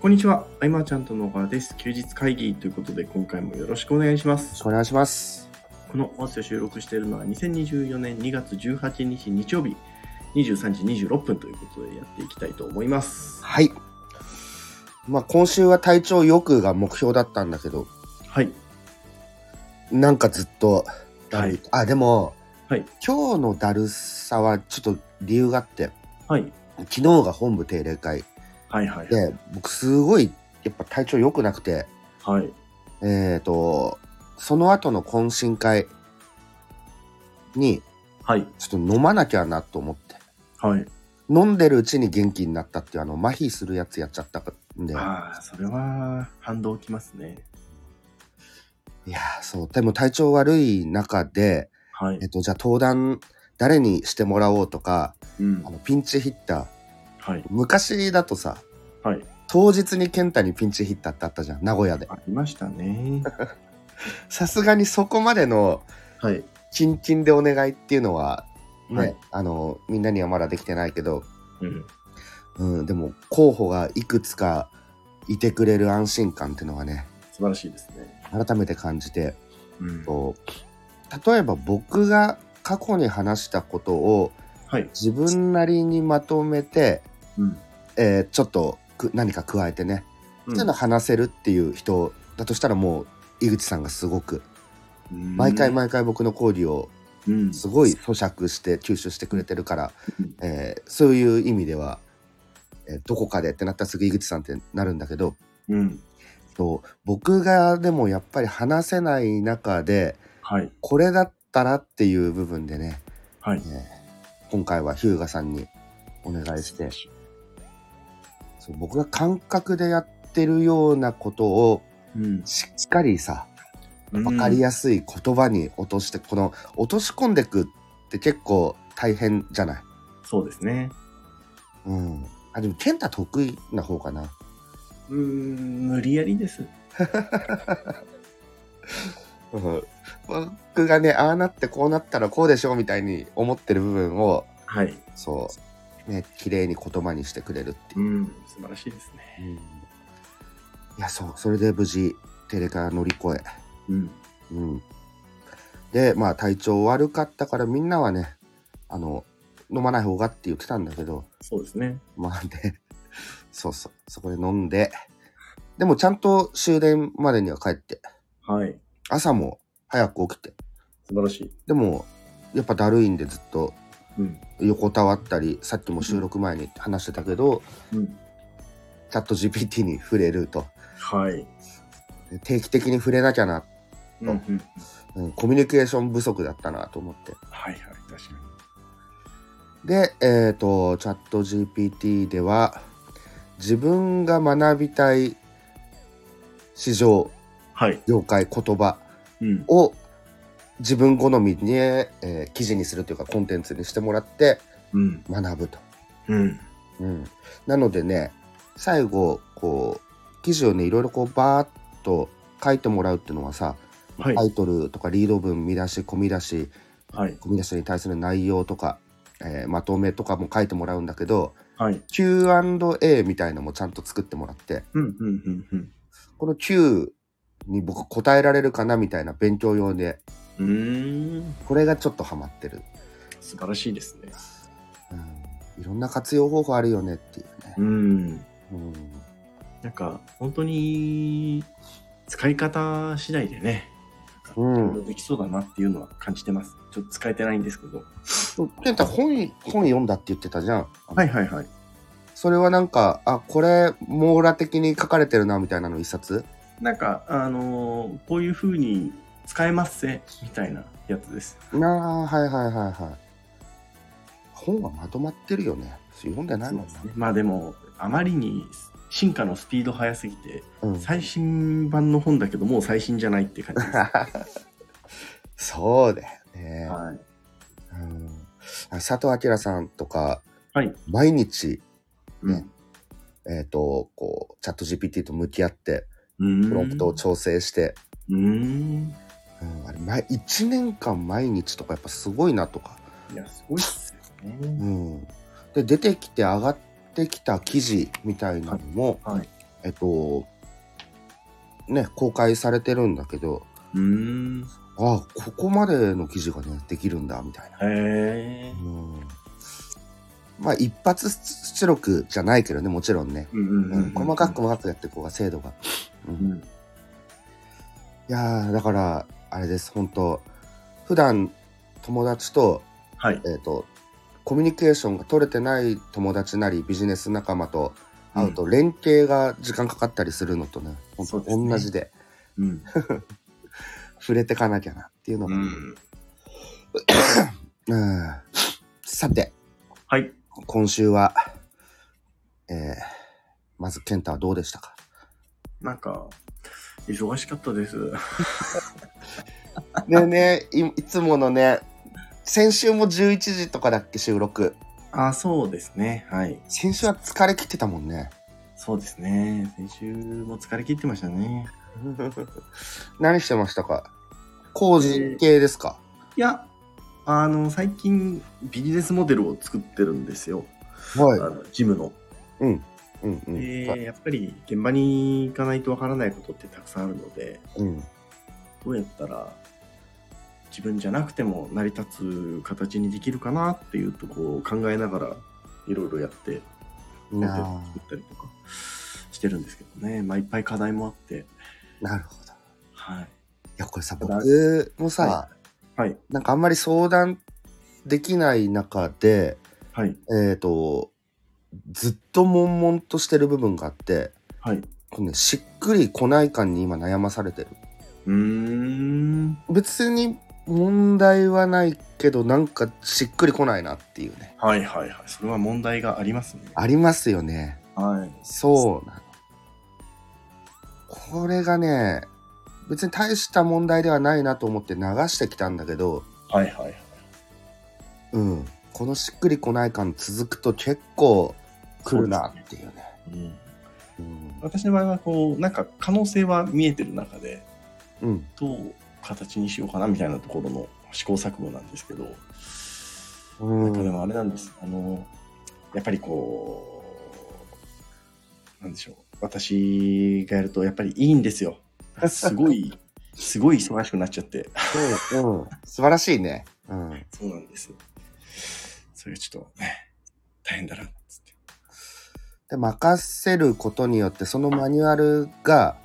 こんにちは、あいまーちゃんとの小川です。休日会議ということで、今回もよろしくお願いします。お願いします。この音声を収録しているのは、2024年2月18日日曜日、23時26分ということでやっていきたいと思います。はい。まあ、今週は体調よくが目標だったんだけど、はい。なんかずっとだるい、あ、でも、はい今日のだるさはちょっと理由があって、はい。昨日が本部定例会はいはい。で、僕すごいやっぱ体調良くなくて、はい。えっ、と、その後の懇親会にはい。ちょっと飲まなきゃなと思って、はい。飲んでるうちに元気になったっていうあの、麻痺するやつやっちゃったんで、ああ、それは反動きますね。いやーそう、でも体調悪い中で、はいえ。っと、じゃあ登壇誰にしてもらおうとか、うんあ。のピンチヒッター。はい。昔だとさ、はい。当日に健太にピンチヒッターってあったじゃん、名古屋で。ありましたね。さすがにそこまでの、 はい。キンキンでお願いっていうのは、ね、はいあの、みんなにはまだできてないけど、うん。うん、でも、候補がいくつかいてくれる安心感っていうのはね、素晴らしいですね。改めて感じて、うんこう例えば僕が過去に話したことを、はい。自分なりにまとめて、うん。えーちょっとく何か加えてね、うそういうの話せるっていう人だとしたらもう井口さんがすごくん毎回毎回僕の講義をうん。すごい咀嚼して吸収してくれてるから、うんえーそういう意味では、えーどこかでってなったらすぐ井口さんってなるんだけどうん。と僕がでもやっぱり話せない中ではい。これだったらっていう部分でね、はいえ。ー今回は日向さんにお願いして。そう僕が感覚でやってるようなことをうん。しっかりさ分かりやすい言葉に落として、この落とし込んでくって結構大変じゃないそうですね。うんあでも健太得意な方かなうーん、無理やりです。僕がねああなってこうなったらこうでしょうみたいに思ってる部分をはい。そうね綺麗に言葉にしてくれるっていう、うん、素晴らしいですね。いやそうそれで無事テレカ乗り越えうん。うん。で、まあ体調悪かったからみんなはね、あの、飲まない方がって言ってたんだけど、そうですね。まあね、そうそう、そこで飲んで、でもちゃんと終電までには帰って、はい。朝も早く起きて、素晴らしい。でもやっぱだるいんでずっとうん。横たわったり、さっきも収録前に話してたけど、うん。チャット GPT に触れると。はい。で定期的に触れなきゃな、うん、うん。うん、コミュニケーション不足だったなと思って。はいはい、確かに。で、えっ、と、チャット GPT では、自分が学びたい市場、はい。業界、言葉うん。を自分好みに、えー記事にするというかコンテンツにしてもらってうん。学ぶと。うん。うん。なのでね、最後、こう、記事をね、いろいろこう、バーっと書いてもらうっていうのはさ、はいタ。イトルとかリード文、見出し、込み出し、はい。込み出しに対する内容とか、えーまとめとかも書いてもらうんだけど、はい。 Q&A みたいのもちゃんと作ってもらって、うん、うん、うん、うん。この Q に僕答えられるかなみたいな勉強用で、うーん。これがちょっとハマってる。素晴らしいですね。うん、いろんな活用方法あるよねっていうね。うん。うん、なんか、本当に、使い方次第でね、うんできそうだなっていうのは感じてます。ちょっと使えてないんですけど。健太本、本読んだって言ってたじゃん。はいはいはい。それはなんか、あ、これ、網羅的に書かれてるなみたいなの一冊なんか、あのーこういう風に使えますせ、みたいなやつです。なあ、はいはいはいはい。本はまとまってるよね。読んでないもんな。まあでも、あまりに進化のスピード速すぎて、うん最新版の本だけど、もう最新じゃないって感 じです。そうだよね。はい。うん佐藤明さんとかはい。毎日、うん。えー、とこうチャット GPT と向き合ってうんプロンプトを調整して、うーん。うんあれ毎1年間毎日とかやっぱすごいなとか、いや、すごいっすようね。ん、で出てきて上がってきた記事みたいなのも、はいはいええっと、ね、公開されてるんだけど、うーん。ああ、ここまでの記事がね、できるんだ、みたいな。へえ。うんまあ、一発出力じゃないけどね、もちろんね。うんうんううんん、細かく細かくやっていこうが、精度が。うう、んいん。やー、だから、あれです、本当普段、友達と、はい。えっ、と、コミュニケーションが取れてない友達なり、ビジネス仲間と会うと、連携が時間かかったりするのとね、ほんそうとですね同じで、うん。触れてかなきゃなっていうのが、うん。うんさて、はい。今週は、えー、まず、健太はどうでしたかなんか、忙しかったです。でね、いいつものね、先週も11時とかだっけ、収録。あ、そうですね。はい。先週は疲れ切ってたも んね。そうですね。先週も疲れ切ってましたね。何してましたか工事系ですか、いや、あの、最近ビジネスモデルを作ってるんですよ。あはい。のジムの。うん。うんうん。で、やっぱり現場に行かないとわからないことってたくさんあるので、うん。どうやったら自分じゃなくても成り立つ形にできるかなっていうとこを考えながらいろいろやってコンテンツな作ったりとかしてるんですけどね、まあ、いっぱい課題もあってなるほど。いはいや、これさ、ただ僕もさ、ははいなんかあんまり相談できない中で、はいえっ、と、ずっと悶々としてる部分があって、はい。このね、しっくりこない感に今悩まされてる。うーん。別に問題はないけどなんかしっくりこないなっていうねはいはいはい。それは問題がありますね。ありますよねはい。そうなのこれがね別に大した問題ではないなと思って流してきたんだけどはいはいはい。うんこのしっくりこない感続くと結構来るなっていうねうん、うん私の場合はこうなんか可能性は見えてる中でうんどう形にしようかなみたいなところの試行錯誤なんですけど、うんでもあれなんですあのやっぱりこうなんでしょう私がやるとやっぱりいいんですよすごい すごい忙しくなっちゃってうんうん素晴らしいねうんそうなんですそれがちょっとね大変だなっつってで任せることによってそのマニュアルが、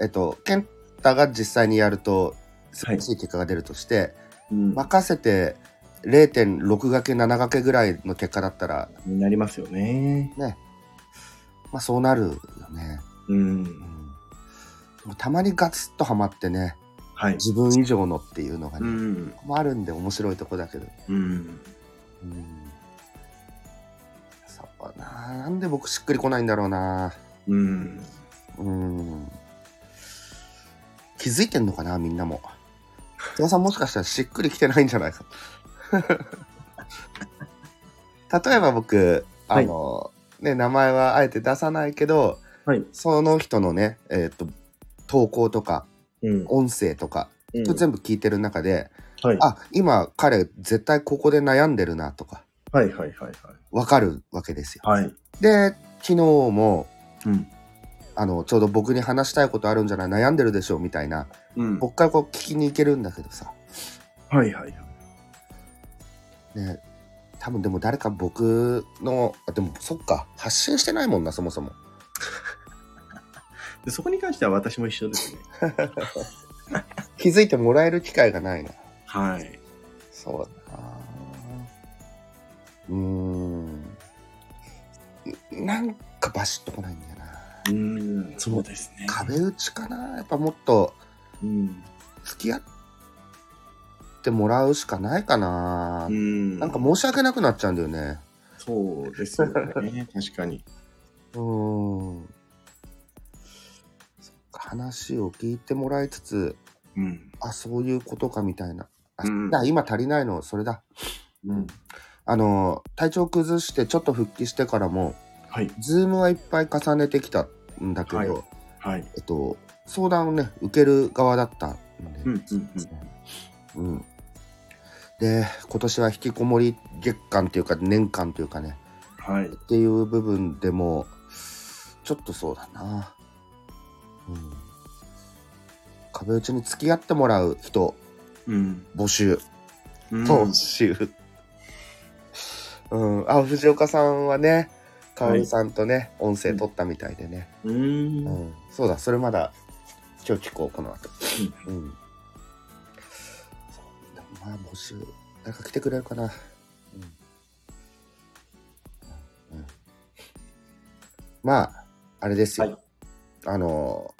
えっと、健太が実際にやると素晴らしい結果が出るとして、うん任せて0.6掛け7掛けぐらいの結果だったら、になりますよねまあ、そうなるよね、うんうんでもたまにガツッとはまってねはい自分以上のっていうのがうね、んここもあるんで面白いとこだけど、うんうん、そうななんで僕しっくりこないんだろうなうんうん気づいてんのかなみんなも戸田さんもしかしたらしっくりきてないんじゃないか 例えば僕あの、ね名前はあえて出さないけどはいその人のねえっ、と投稿とかうん音声とか、全部聞いてる中で、はいあ今彼絶対ここで悩んでるなとかはいはいはいわかるわけですよ。はいはいで昨日もうんあのちょうど僕に話したいことあるんじゃない悩んでるでしょみたいなうん僕からこう聞きに行けるんだけどさ、はいはいはいね、多分でも誰か僕のあでもそっか発信してないもんなそもそもでそこに関しては私も一緒ですね気づいてもらえる機会がないなはいそうだなうーんなんかバシッとこないんだよなうんそうですね壁打ちかなやっぱもっとうん付き合ってもらうしかないかな、うんなんか申し訳なくなっちゃうんだよねそうですよね 確かにうーん。そっか話を聞いてもらいつつ、うんあ、そういうことかみたいな。あうんだ今足りないの、それだ。うんあの、体調崩してちょっと復帰してからも、はいズームはいっぱい重ねてきたんだけど、はいはいえっと、相談をね、受ける側だったので、うんうんうん。で、今年は引きこもり月間というか、年間というかね、はいっていう部分でも、ちちょっとそうだな。うん。壁打ちに付き合ってもらう人、うん。募集。うん募集。うん。あ、藤岡さんはね、かおりさんとね、音声取ったみたいでね。う。うんん。そうだ、それまだ、今日聞こう、この後。うん。そうでもまあ、募集。なんか来てくれるかな。うん。うん。まあ、あれですよ。はいあの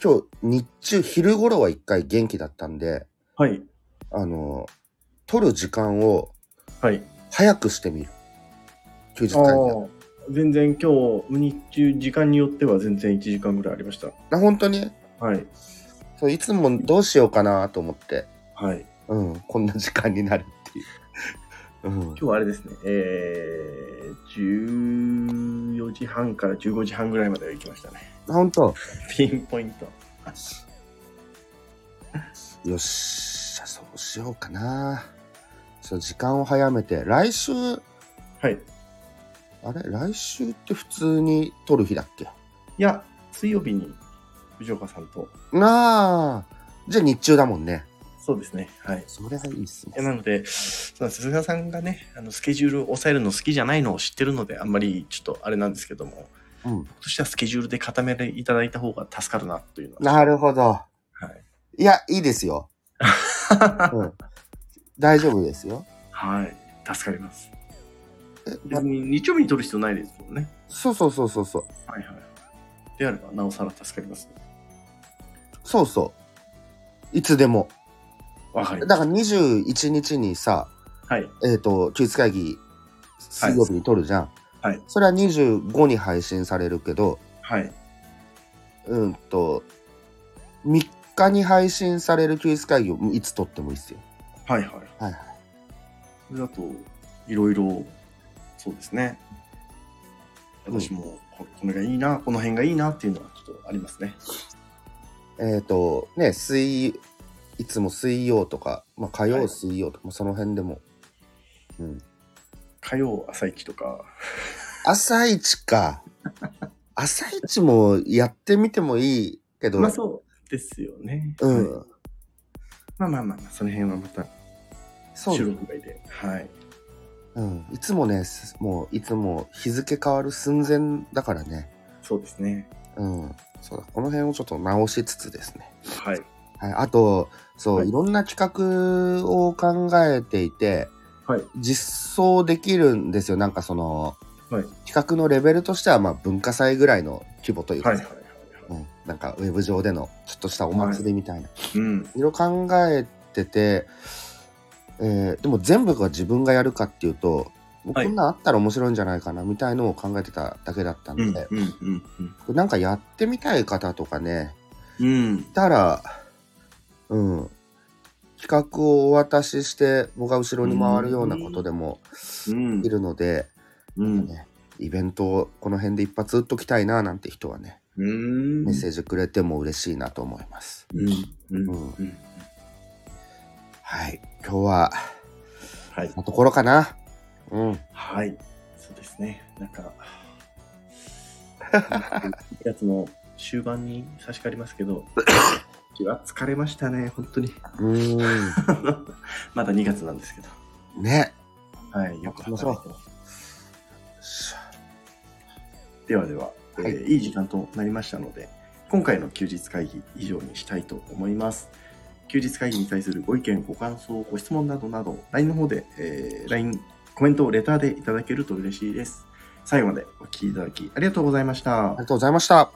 ー、今日、日中、昼頃は一回元気だったんで、はい。あのー、取る時間をはい。早くしてみる。休日あ会議あ。全然今日、日中、時間によっては全然1時間ぐらいありました。な、本当にはい。そういつもどうしようかなと思って、はい。うん、こんな時間になるっていう。うん今日はあれですね、えー、14時半から15時半ぐらいまでは行きましたね。本当 ピンポイント。よっしゃ、そうしようかな。そう、時間を早めて、来週、はい。いあれ来週って普通に撮る日だっけや、水曜日に藤岡さんと。なあ、じゃあ日中だもんね。そうですね。はい。それはいいっすねいや。なので、そうなんです菅さんがね、あのスケジュールを抑えるの好きじゃないのを知ってるので、あんまりちょっとあれなんですけども、うん。僕としてはスケジュールで固めていただいた方が助かるなというのは。なるほど。はい。いや、いいです よ。うん。大丈夫ですよ。はい。助かります。え、ま別、に日曜日に取る必要ないですもんね。そうそうそうそうそう。はいはい。であれば、なおさら助かります、ね。そうそう。いつでも。わかりだます。から21日にさ、はい。えっ、と、休日会議、水曜日に撮るじゃん。はいそれは25に配信されるけど、はい。うんと、3日に配信される休日会議をいつ撮ってもいいですよ。はいはい。はいはい。それだと、いろいろ、そうですね。うん私も、ここれがいいな、この辺がいいなっていうのはちょっとありますね。えっ、と、ね、水、いつも水曜とか、まあ、火は曜、い水曜とか、まあその辺でも。うん。火曜朝一とか、朝一 か。朝一もやってみてもいいけど、まあそうですよね。うん、はいまあまあまあまあ、その辺はまたそう収録外で。はい。うん。いつもね、すもう、いつも日付変わる寸前だからね。そうですね。うん。そうだ、この辺をちょっと直しつつですね。はい。はい、あと、そう、はいい、ろんな企画を考えていて、はい。実装できるんですよ。なんかその、はい。企画のレベルとしては、まあ、文化祭ぐらいの規模というか、はいはいはい。うん、なんかウェブ上でのちょっとしたお祭りみたいな。うん。いろいろ考えてて、えーでも全部が自分がやるかっていうと、もうはいこんなんあったら面白いんじゃないかなみたいのを考えてただけだったんうで、ん。うん。なんかやってみたい方とかね、うん。うんい。たら、うん、企画をお渡しして、僕が後ろに回るようなことでもうんい。るので、うん。ね、イベントをこの辺で一発打っときたいななんて人はね、うん。メッセージくれても嬉しいなと思います。うん。うん。ううんん。はい、今日は、はいこ。のところかな。うん。はい。そうですね。なん か、1月の終盤に差し掛かりますけど、いや疲れましたね、本当に。 うーまだ2月なんですけど。ん。ね。はい、よく働いてます。ではでは、はいえーいい時間となりましたので、今回の休日会議以上にしたいと思います。休日会議に対するご意見、ご感想、ご質問などなど、LINE の方で、えー LINE、コメントをレターでいただけると嬉しいです。最後までお聞きいただきありがとうございましたあり。がとうございました。